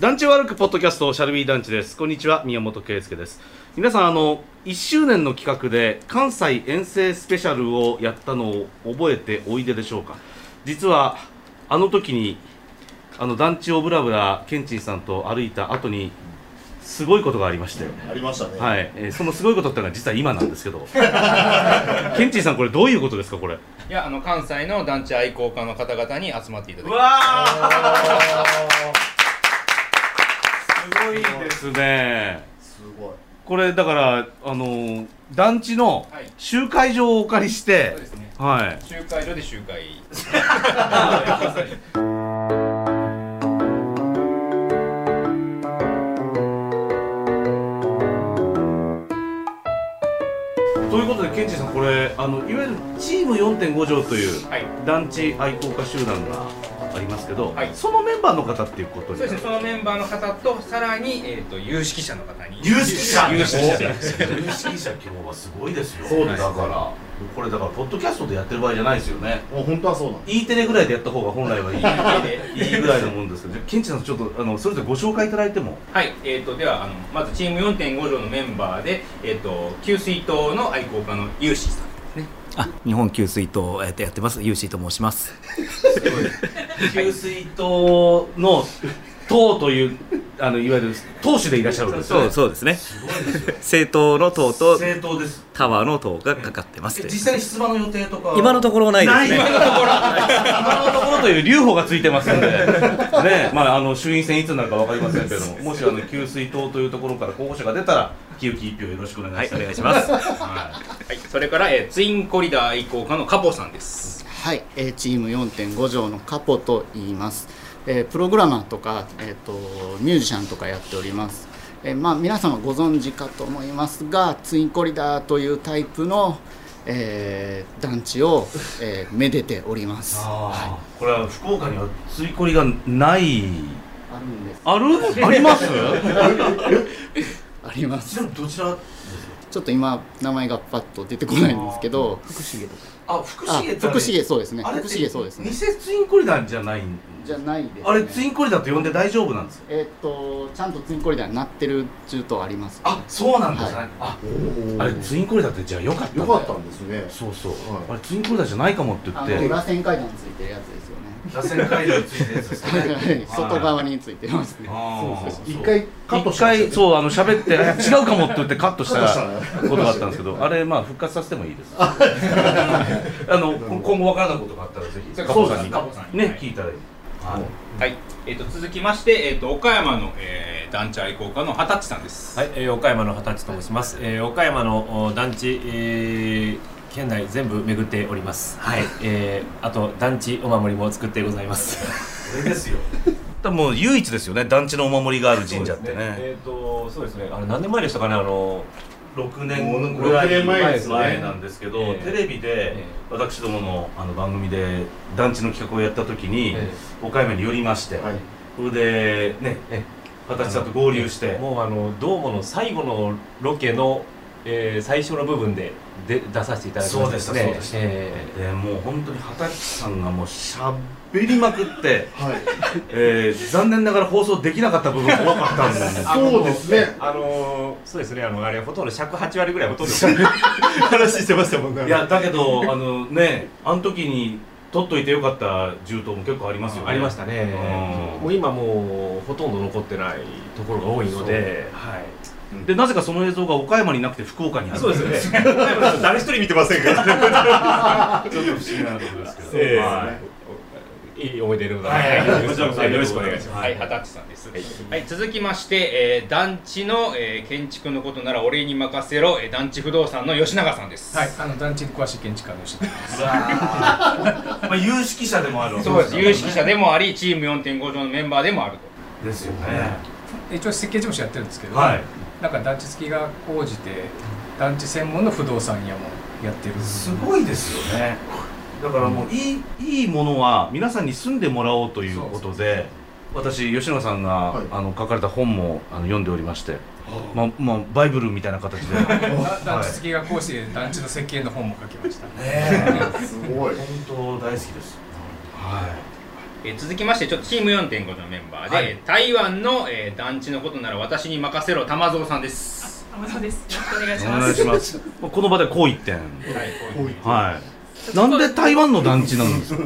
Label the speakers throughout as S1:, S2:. S1: 団地を歩くポッドキャストシャルビー団地ですこんにちは宮本圭介です皆さんあの1周年の企画で関西遠征スペシャルをやったのを覚えておいででしょうか実はあの時にあの団地をぶらぶらケンチンさんと歩いた後にすごいことがありまして、
S2: ありましたね。
S1: はい、えーそのすごいことってのは実は今なんですけど ケンチンさんこれどういうことですかこれ
S3: いやあの関西の団地愛好家の方々に集まっていただき
S1: すごいですね
S2: すごい。
S1: これだからあのー団地の
S3: はい
S1: 集会場をお借りして
S3: そうですね
S1: はい
S3: 集会所で集会
S1: ということでケンチンさんこれあのいわゆるチーム4.5畳という
S3: はい
S1: 団地愛好家集団がありますけど、
S3: はい
S1: そのメンバーの方っていうこと
S3: そう
S1: に
S3: ですねそのメンバーの方とさらに、えー、と有識者の方に
S1: 有識者
S3: 有識者
S1: 有識者希望はすごいですよ
S2: そうですね
S1: だからこれだからポッドキャストでやってる場合じゃないですよね
S2: もう本当はそうなん
S1: E テレぐらいでやった方が本来 はいい
S3: で
S1: いいぐらいのもんですけどじゃあケンチさんちょっとあのそれぞれご紹介いただいても
S3: はい、えー、とではあのまずチーム4.5条のメンバーで、えー、と給水塔の愛好家の有志さん
S4: あ、日本給水塔えっとやってます。ユーシーと申します。
S1: 給水塔の塔というあのいわゆる当主でいらっしゃるんですよ
S4: そう
S1: ね
S4: そうですね。政党の塔と
S1: 政党です
S4: タワーの塔がかかってます
S1: え。実際に出馬の予定とか
S4: 今のところないですね。
S1: ところ今のところという留保がついてますん でねまああの衆院選いつになるかわかりませんけれどももしあの給水塔というところから候補者が出たら清き一票よろしくお願
S4: はいい
S1: し、
S4: お
S1: た
S4: 願いします。
S3: はい、それから、えーツインコリダー愛好家のカポさんです
S5: はい、えーチーム4.5条のカポと言います、えープログラマーとか、えー、とミュージシャンとかやっております、えーまあ、皆様ご存知かと思いますがツインコリダーというタイプの、えー団地を、えーめでております
S1: あーこれは福岡にはついこりがない
S5: あるんです
S1: ある あります
S5: ありま
S1: ち
S5: す
S1: なみにどちら
S5: ちょっと今名前がパッと出てこないんですけど
S1: あ福
S5: あ
S1: 重
S5: 福重そうですね
S1: あれ
S5: 福重そうですね
S1: 偽ツインコリダーじゃないん
S5: じゃないです、ね、
S1: あれツインコリダーと呼んで大丈夫なんですか
S5: えーっとちゃんとツインコリダーになってる中東あります
S1: あそうなんですね、
S5: は
S1: あ
S2: です。
S1: あれツインコリダーってじゃあよかったんだ
S2: よかったんですね。
S1: そうそう、
S2: はい
S1: あれツインコリダーじゃないかもって言
S5: あ
S1: っ
S5: の
S1: て
S5: 螺旋階段ついてるやつですよね
S1: 螺旋階段ついてるやつですかね
S5: はい外側についてますね。
S1: あー
S2: 一回カット
S1: 一
S2: しました
S1: 回そうあの喋ってあ違うかもって言ってカットした
S2: カットした
S1: ことがあったんですけどあれまあ復活させてもいいですあの今後わからないことがあったらぜひ
S3: そう
S1: 加藤さんに
S3: 加藤さんには
S1: ね
S3: い
S1: 聞いたらいいはい
S3: はい、えー、と続きまして、えー、と岡山の、えー団地愛好家の二十歳さんです
S6: はい、えー岡山の二十歳と申します。えー岡山のお団地、えー県内全部巡っております。はい、えーあと団地お守りも作ってございます。
S1: これですよ多分もう唯一ですよね団地のお守りがある神社ってね
S6: えっ、と、そうですね。あれ何年前でしたかね、あの、
S1: 6年ぐらい
S2: 6年前ですね
S1: 前なんですけど、
S6: ええ
S1: テレビで
S6: ええ
S1: 私どものあの番組で団地の企画をやった時に、
S6: え
S1: 岡山に寄りまして、
S2: はい。
S1: それでね
S6: え
S1: 二十歳さんと合流して、
S6: もうあのどうもの最後のロケの、えー最初の部分でで出させていただきました
S1: そうでしたそうでした
S6: え
S1: でもう本当に二十歳さんがもうしゃべりまくって、
S2: はい。
S1: えー残念ながら放送できなかった部分が多かったんで す
S2: そうですね。
S6: ーあのーそうですねあのあれほとんど尺8割ぐらいほとんど話してましたもんね
S1: いやだけどあのねあの時に取っといてよかった銃刀も結構ありますよね
S6: ありましたね
S1: うん
S6: もう今もうほとんど残ってないところが多いのではい
S1: でなぜかその映像が岡山になくて福岡にある
S6: そうです ね誰一人見てませんからね
S1: ちょっと不思議なところですけど、
S6: ええ
S1: はい
S6: いい思い出でございます、
S1: はい
S6: こちらこそよろしくお願いします
S3: はい、二十歳さんです。はい、続きまして、えー団地の、えー建築のことなら俺に任せろ、えー団地不動産の吉永さんです。
S7: はい、あの団地に詳しい建築家の吉田です。
S1: まあ有識者でもあるわけ
S3: そうです。有
S1: よね
S3: 識者でもあり、チーム4.5条のメンバーでもあると。
S1: ですよね
S7: 一応設計事務所やってるんですけど、
S1: はい
S7: なんか団地付きが講じて団地専門の不動産屋もやってる。
S1: すごいですよねだからもういいいいものは皆さんに住んでもらおうということで私吉永さんが、
S2: はい
S1: あの書かれた本もあの読んでおりまして、まあまあ、バイブルみたいな形で ね
S7: だ団地付きが講師で団地の設計の本も書きました。
S1: え
S2: すごい。
S1: 本当大好きですはい
S3: えー続きましてちょっとチーム4.5のメンバーで、
S6: はい
S3: 台湾の、えー団地のことなら私に任せろ玉蔵さんです。
S8: 天野です。よろしくお願いし
S1: お
S8: ま
S1: 願い
S8: す。
S1: し ますこの場でこう一点
S3: はい、
S1: はいなんで台湾の団地なんですか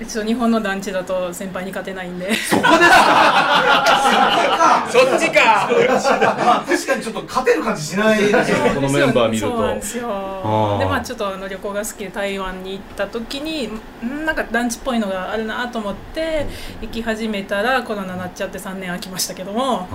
S8: 一応日本の団地だと先輩に勝てないんで。
S3: そっちか。
S2: まあ確かにちょっと勝てる感じしないです
S1: このメンバー見ると
S8: そうなんですよ
S1: あー
S8: でまあちょっとあの旅行が好きで台湾に行った時にんなんか団地っぽいのがあるなと思って行き始めたらコロナになっちゃって3年空きましたけども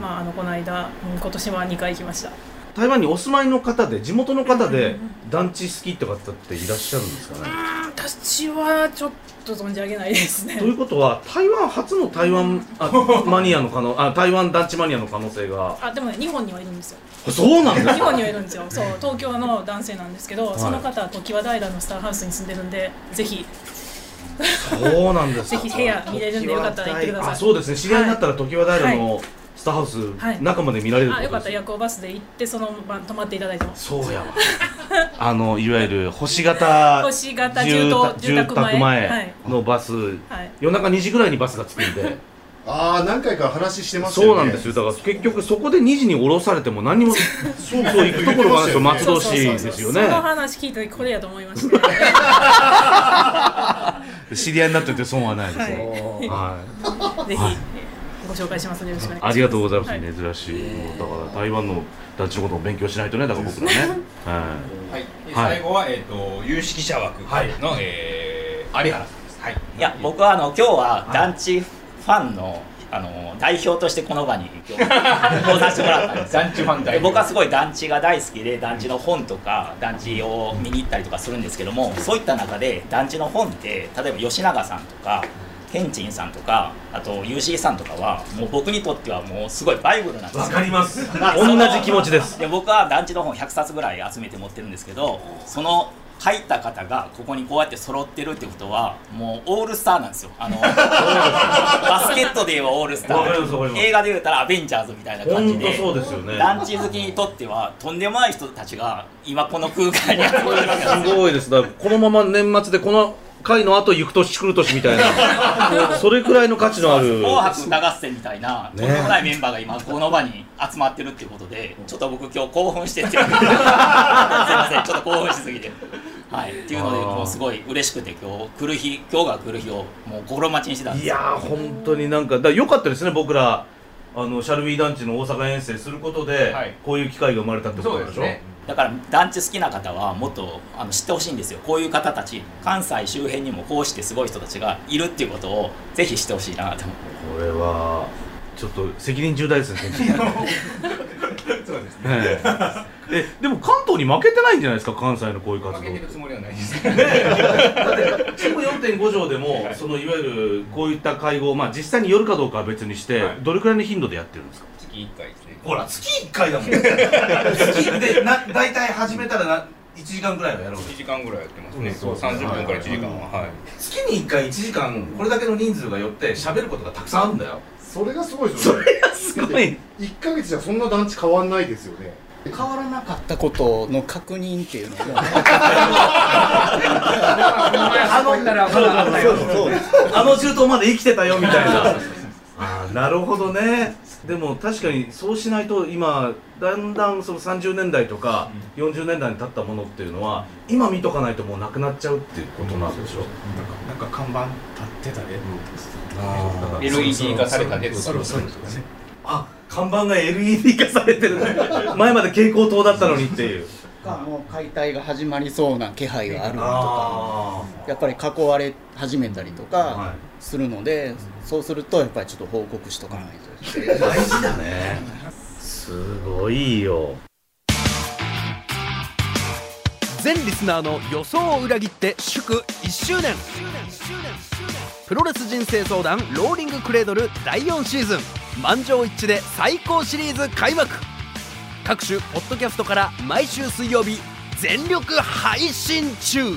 S8: まああのこの間うん今年は2回行きました
S1: 台湾にお住まいの方で地元の方で団地好きって方っていらっしゃるんですかね
S8: 私はちょっと存じ上げないですね
S1: ということは台湾初の台湾あ マニアの可能あ台湾団地マニアの可能性が
S8: あでもね日本にはいるんですよ
S1: あそうなんです
S8: 日本
S1: か
S8: にはいるんですよそう東京の男性なんですけど、
S1: い
S8: その方は常盤平のスターハウスに住んでるんでぜひ
S1: そうなんです
S8: ぜ
S1: か
S8: ひ部屋見れるんでよかったら行ってください
S1: あそうですね知り合いになったら常盤平のスターハウス、
S8: はい
S1: 中まで見られるって
S8: あ
S1: こ
S8: よか
S1: と
S8: っ
S1: で
S8: た
S1: す
S8: 夜行バスで行ってそのまま泊まっていただいてます
S1: そうやわあのいわゆる星型
S8: 星型住棟
S1: 住宅
S8: 住宅前
S1: 前のバス、
S8: はい
S1: 夜中2時ぐらいにバスが着くんで
S2: ああ何回か話してます
S1: そ
S2: よね
S1: うなんですよだから結局そこで2時に降ろされても何にもそうそう行くところがないんですよ松戸市ですよ
S8: その
S1: ね
S8: 話聞いた時これやと思いました
S1: 知り合いになってて損はないですよ、
S2: おー
S1: はい
S8: ぜひご紹介しますのでよろしくお願いします
S1: ありがとうございます、
S8: は
S1: 珍しい、もうだから台湾の団地のことを勉強しないとねだから僕らね、はい
S3: はい、で
S1: はい
S3: 最後は、えっ、と、有識者枠の、えー有原さんです。はい。
S9: いや、僕はあの今日は団地ファンのあの代表としてこの場に今日登壇してもらったんです
S3: 団地ファン代
S9: で
S3: 表
S9: 僕はすごい団地が大好きで団地の本とか団地を見に行ったりとかするんですけどもそういった中で団地の本って例えば吉永さんとか天珍さんとかあと UC さんとかはもう僕にとってはもうすごいバイブルなんですよ
S1: かります
S9: 同
S1: 同じ気持ちです
S9: で僕は団地の本100冊ぐらい集めて持ってるんですけどその書いた方がここにこうやって揃ってるってことはもうオールスターなんですよ あのバスケットで言えばオールスタ
S1: わかりますわかり
S9: ー
S1: ます
S9: 映画で言うたらアベンジャーズみたいな感じ
S1: 本
S9: で
S1: 当そうですよね
S9: 団地好きにとってはとんでもない人たちが今この空間に集まってるわ けです
S1: すごいですだからこのまま年末でこの回の後行く年来る年みたいなそれくらいの価値のある
S9: 紅白歌合戦みたいな、
S1: ね
S9: とんでもないメンバーが今この場に集まってるっていうことでちょっと僕今日興奮し ててすいませんちょっと興奮しすぎてはいっていうので
S1: あー
S9: もうすごい嬉しくて今日来る日今日が来る日をもう心待ちにしてたんで
S1: い
S9: すよ
S1: やー本当になんかだから良かったですね僕らあのシャルビー団地の大阪遠征することで、
S3: はい
S1: こういう機会が生まれたってこ
S3: そ
S1: と
S3: う
S1: なんですし
S3: で
S1: ょ
S3: ね。
S9: だから団地好きな方はもっとあの知ってほしいんですよこういう方たち関西周辺にもこうしてすごい人たちがいるっていうことをぜひ知ってほしいなと思って
S1: これはちょっと責任重大ですね
S3: そうですね。
S1: えええでも関東に負けてないんじゃないですか関西のこういう活動
S3: 負けてるつもりはないです。
S1: だってチーム4.5条でも、そのいわゆるこういった会合、まあ、実際によるかどうかは別にして、
S3: はい
S1: どれくらいの頻度でやってるんですか
S3: 月1回ですね。
S1: ほら月1回だもん月でな大体始めたらな1時間ぐらいはやろう
S3: 1時間ぐらいやってますね。
S1: うんそうですね
S3: 30分から1時間は。はい。
S1: 月に1回1時間これだけの人数が寄って喋ることがたくさんあるんだよ
S2: それがすごいですよね
S1: すごい
S2: 1ヶ月じゃそんな団地変わんないですよ ね
S5: 変わらなかったことの確認っていうのが
S7: あのったらまだあったよ
S1: あの中東まで生きてたよみたいなあーなるほどねでも確かにそうしないと今だんだんその30年代とか40年代に立ったものっていうのは今見とかないともうなくなっちゃうっていうことなんでしょ
S7: なんかなんか看板立ってたで、
S1: あー
S3: LED 化されたで。
S7: そろそろとかね
S1: あ看板が LED 化されてる前まで蛍光灯だったのにっていう
S5: がもう解体が始まりそうな気配があるとか
S1: あ
S5: やっぱり囲われ始めたりと
S1: あは
S5: か
S1: い
S5: するので、そうするとやっぱりちょっと報告しとかないと、
S1: 大事だねすごいよ
S10: 全リスナーの予想を裏切って祝1周年プロレス人生相談ローリングクレードル第4シーズン満場一致で最高シリーズ開幕各種ポッドキャストから毎週水曜日全力配信中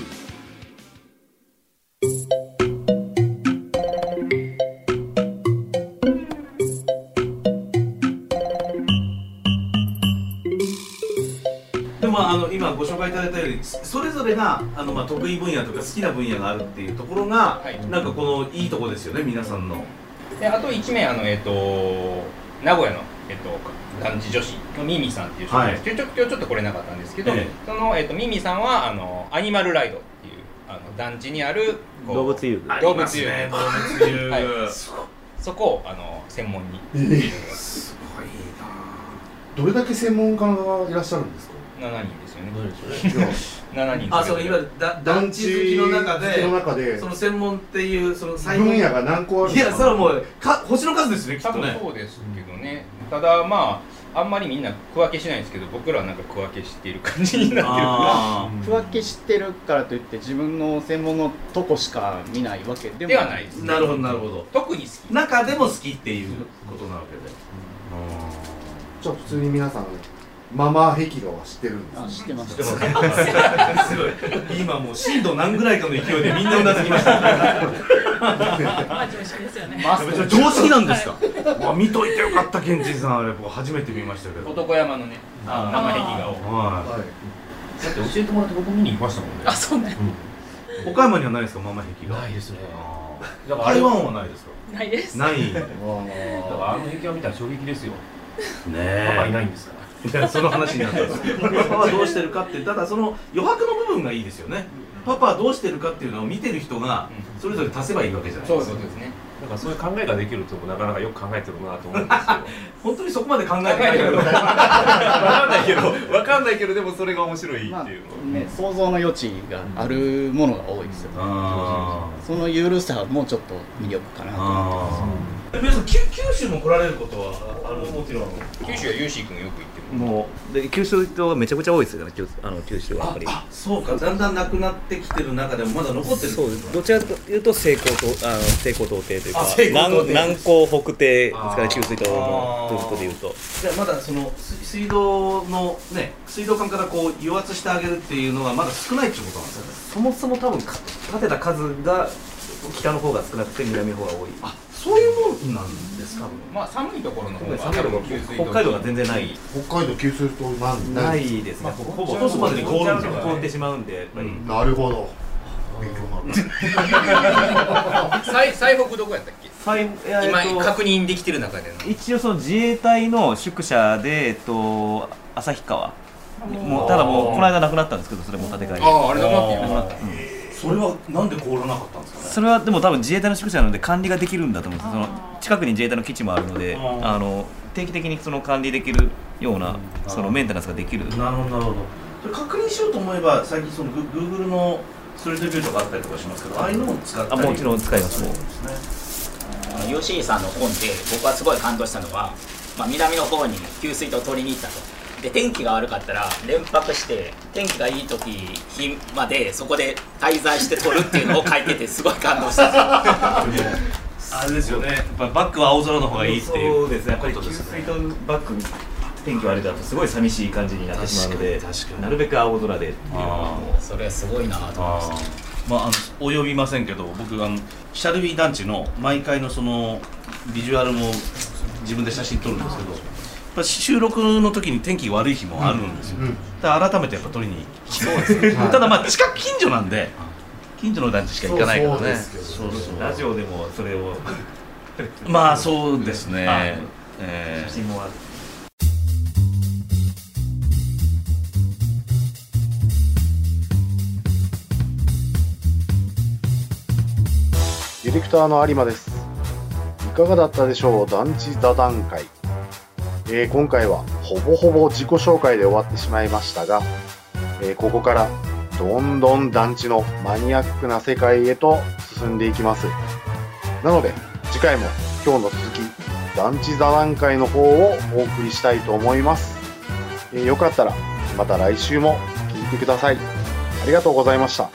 S1: でもあのの今ご紹介いただいたようにそれぞれがあのまあ得意分野とか好きな分野があるっていうところが、なんかこのいいとこですよね皆さんの。
S3: であと1名あの、えっと名古屋の、えっと団地女子のミミさんっていう人なんですけど、今日ちょ今日ちょっと来れなかったんですけど、
S1: え
S3: その、えっとミミさんはあのアニマルライドっていうあの団地にあるこう
S11: 動物遊具
S3: 動物遊具、
S11: あり
S3: 動
S11: ます
S3: 物
S11: ね
S3: 遊具
S11: 動物遊具
S3: はいそこをあの専門に、
S2: すごいなどれだけ専門家がいらっしゃるんですか
S3: 7人ですよね
S2: 7人
S1: あそのいわゆるだ団地好きの中で
S2: 団地好きの中で
S1: その専門っていうその最後
S2: 分野が何個ある
S1: いやそれはもうか星の数ですねきっとね
S3: 多分そうですけどねただまああんまりみんな区分けしないんですけど僕らはなんか区分けしている感じになってるから
S5: 区分けしてるからといって自分の専門のとこしか見ないわけでも
S3: ではないですねなるほどなる
S1: ほど
S3: 特に好き
S1: 中でも好きっていうことなわけで、
S2: じゃあ普通に皆さんママ壁画は知ってるんですか
S5: 知ってます
S1: でもすごい今もう震度何ぐらいかの勢いでみんなうなずきました
S8: まあ常識ですよね
S1: マスト常識なんですか、わ見といてよかったケンジンさんあれ僕初めて見ましたけど
S3: 男山のね
S1: あー
S3: 生壁画を
S1: はい、だって教えてもらって僕見に行きましたもんね
S8: あそうね
S1: 岡山にはないですかママ壁がないですね台湾はないですか
S8: ないです
S1: ない
S8: だ
S1: からあの壁画見たら衝撃ですよねえ
S6: パパいないんですから
S1: その話になったんですよパパはどうしてるかってただその余白の部分がいいですよねパパはどうしてるかっていうのを見てる人がそれぞれ足せばいいわけじゃないですか
S3: そうですね
S6: なんかそういう考えができるとなかなかよく考えてるなと思うんですよ
S1: 本当にそこまで考えてないけど
S6: わかんないけどわかんないけどでもそれが面白いっていう、
S5: ね、想像の余地があるものが多いですよね、そのゆるさはもうちょっと魅力かなと思ってます
S1: 皆さん九九州も来られることはあのもちろん
S3: 九州はユーシー君よく行ってる
S11: もうで九州人はめちゃくちゃ多いですよね九あの九州はやっぱり
S1: そうかだんだんなくなってきてる中でもまだ残ってる
S11: そうですどちらかというと西高東あの西高東低というか
S1: あ西高東低
S11: 南南高北低ですから給水塔の分布でいうと
S1: じゃあまだその水水道のね水道管からこう油圧してあげるっていうのはまだ少ないっていうことなんですよね
S11: そもそも多分か勝てた数が北の方が少なくて南の方が多いあ
S1: そういうもんなんですか
S3: まあ寒いところの方が
S11: 寒いところ
S3: 多分給水
S11: 北海道が全然ない
S2: 北海道給水塔なん
S11: ないですね、ほぼ
S2: どうしてまでに凍るんじゃない
S11: 凍ってしまうんで、やっぱり
S2: なるほど勉強になる
S3: 最最北どこやったっけ
S11: 最えっと
S3: 今確認できてる中での
S11: 一応その自衛隊の宿舎で、えっと、旭川もうただもうこの間なくなったんですけどそれも建て替えで
S1: あーあれなくなってんの
S11: なくなったうん
S1: それはなんで凍らなかったんですか
S11: それはでも多分自衛隊の宿舎なので管理ができるんだと思うんですその近くに自衛隊の基地もあるので
S1: あー
S11: あの定期的にその管理できるようなそのメンテナンスができる
S1: なるほどなるほどそれ確認しようと思えば最近そのグ Google のストリートビューとかあったりとかしますけどああいうのも使ったり
S11: あもちろん使いますもう
S9: あの吉井さんの本で僕はすごい感動したのは、まあ、南の方に給水塔を取りに行ったとで天気が悪かったら連泊して天気がいい時日までそこで滞在して取るっていうのを書いててすごい感動したんですよ
S1: あれですよねやっぱバックは青空の方がいいっていう
S11: そうですねやっぱり給水塔バック天気悪いとすごい寂しい感じになってしまうのでなるべく青空で
S9: それはすごいなと思いました
S1: まあ、あの及びませんけど僕あのシャルビー団地の毎回のそのビジュアルも自分で写真撮るんですけどやっぱ収録の時に天気悪い日もあるんですよ、
S2: うんうん
S1: だから改めてやっぱ撮りに行きたいただまあ近く近所なんで近所の団地しか行かないからね
S11: そうそうラジオでもそれを
S1: まあそうですね
S11: あ、
S1: えー
S11: 写真もある
S12: ディレクターの有馬です。いかがだったでしょう団地座談会。えー今回はほぼほぼ自己紹介で終わってしまいましたが、えーここからどんどん団地のマニアックな世界へと進んでいきます。なので、次回も今日の続き、団地座談会の方をお送りしたいと思います。えーよかったら、また来週も聞いてください。ありがとうございました。